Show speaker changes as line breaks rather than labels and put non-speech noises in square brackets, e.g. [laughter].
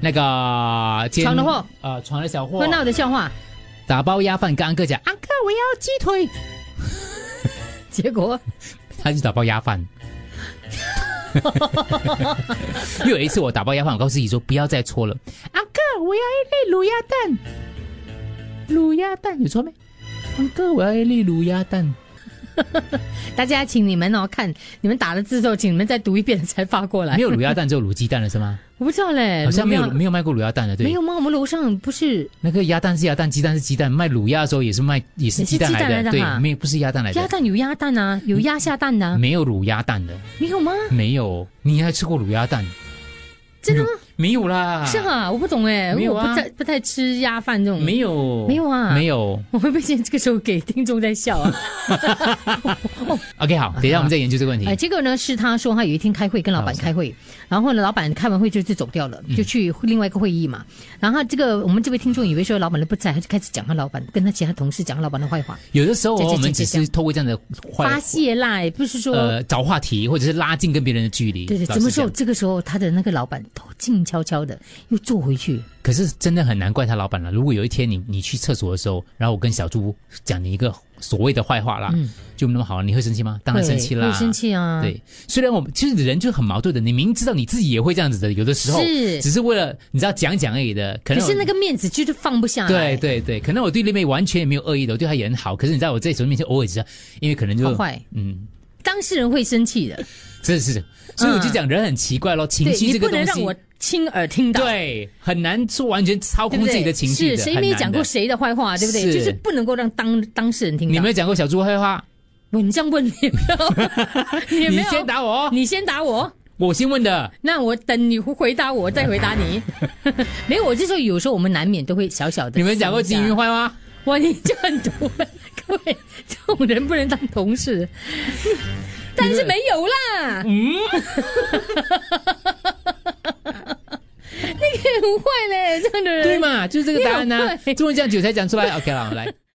那个煎
闯了祸，
呃，闯了小祸
会，闹的笑话，
打包鸭饭跟安哥讲，
安哥我要鸡腿，结果
他去打包鸭
[laughs]
饭。又有一次我打包鸭饭，我告诉自己说不要再搓了。
安哥我要一粒卤鸭蛋，
卤鸭蛋有错没？安哥，我要一粒卤鸭蛋。
大家请你们哦看你们打了字之后，请你们再读一遍才发过来
没。有卤鸭蛋，只有卤鸡蛋了是
[laughs]
吗？
我不知道嘞，
好像没有
哎没
没有卖过卤鸭蛋的，对。
有吗？我们楼上不是
那个鸭蛋是鸭蛋，鸡蛋是鸡蛋，卖卤鸭的时候也是卖也是
也是
鸡蛋来
鸡蛋
的，
来的哈
对，没有不是鸭蛋来的，
鸭蛋有鸭蛋啊，有鸭下蛋的、啊，
没有卤鸭蛋的，
没有吗？
没有，你还吃过卤鸭蛋？
真的吗？
没有啦，
是啊，我不懂哎，
没有
我
啊
不太不太吃鸭饭这种。
没有，
没有啊
没有。
我会不会现在这个时候给听众在 [laughs] 笑啊？
OK，好，等一下我们再研究这个问题
啊呃，。这个呢是他说他有一天开会跟老板开会，然后呢老板开完会就就走掉了，就去另外一个会议嘛。然后他这个我们这位听众以为说老板都不在，他就开始讲他老板跟他其他同事讲他老板的坏话，
有的时候
这
哦
这
我们
这
只
这
是透过这样的坏
发泄啦，也不是说、
呃找话题，或者是拉近跟别人的距离。
对对，
老
怎么
实讲
说？这个时候他的那个老板头静悄悄的又坐回去，
可是真的很难怪他老板了。如果有一天你你去厕所的时候，然后我跟小猪讲你一个所谓的坏话啦，就那么好，你会生气吗？当然
嗯会
生气啦，
会生气啊，
对，虽然我们其实人就很矛盾的，你明知道你自己也会这样子的，有的时候
是
只是为了你知道讲讲而已的，可
可
能
是
我
那个面子就是放不下
对
来，
对对，可能我对妹妹完全也没有恶意的，我对她也很好，可是你在我这种面前偶尔只是因为可能就
好坏
嗯，
当事人会生气的，
这是，所以我就讲人很奇怪咯，情
对
绪
你
这个
不
东
能
西，
让我亲耳听到，
对，很难说完全操
对不
控
对
自己的情绪的，
是谁
很
没有
难
讲
的
过谁的坏话，对不对？
是
就是不能够让当当事人听
你
到
没。有讲过小猪坏话，
喂你这样问你有没
[laughs]
有？你有
你
没有？
先，打我，
你先打我，
我先问的，
那我等你回答我再回
[laughs]
答你。没有，我就说有时候我们难免都会小小的。
你们讲过金鱼
话，
坏吗？
哇，你就很毒，各位这种人不能当同事。 [laughs] 但是没有啦， [laughs] 嗯，那个很坏嘞，这样的人。
对嘛，就是这个答案呢、
你好坏
啊 [laughs] 中文这样久才讲出来，OK 了，来。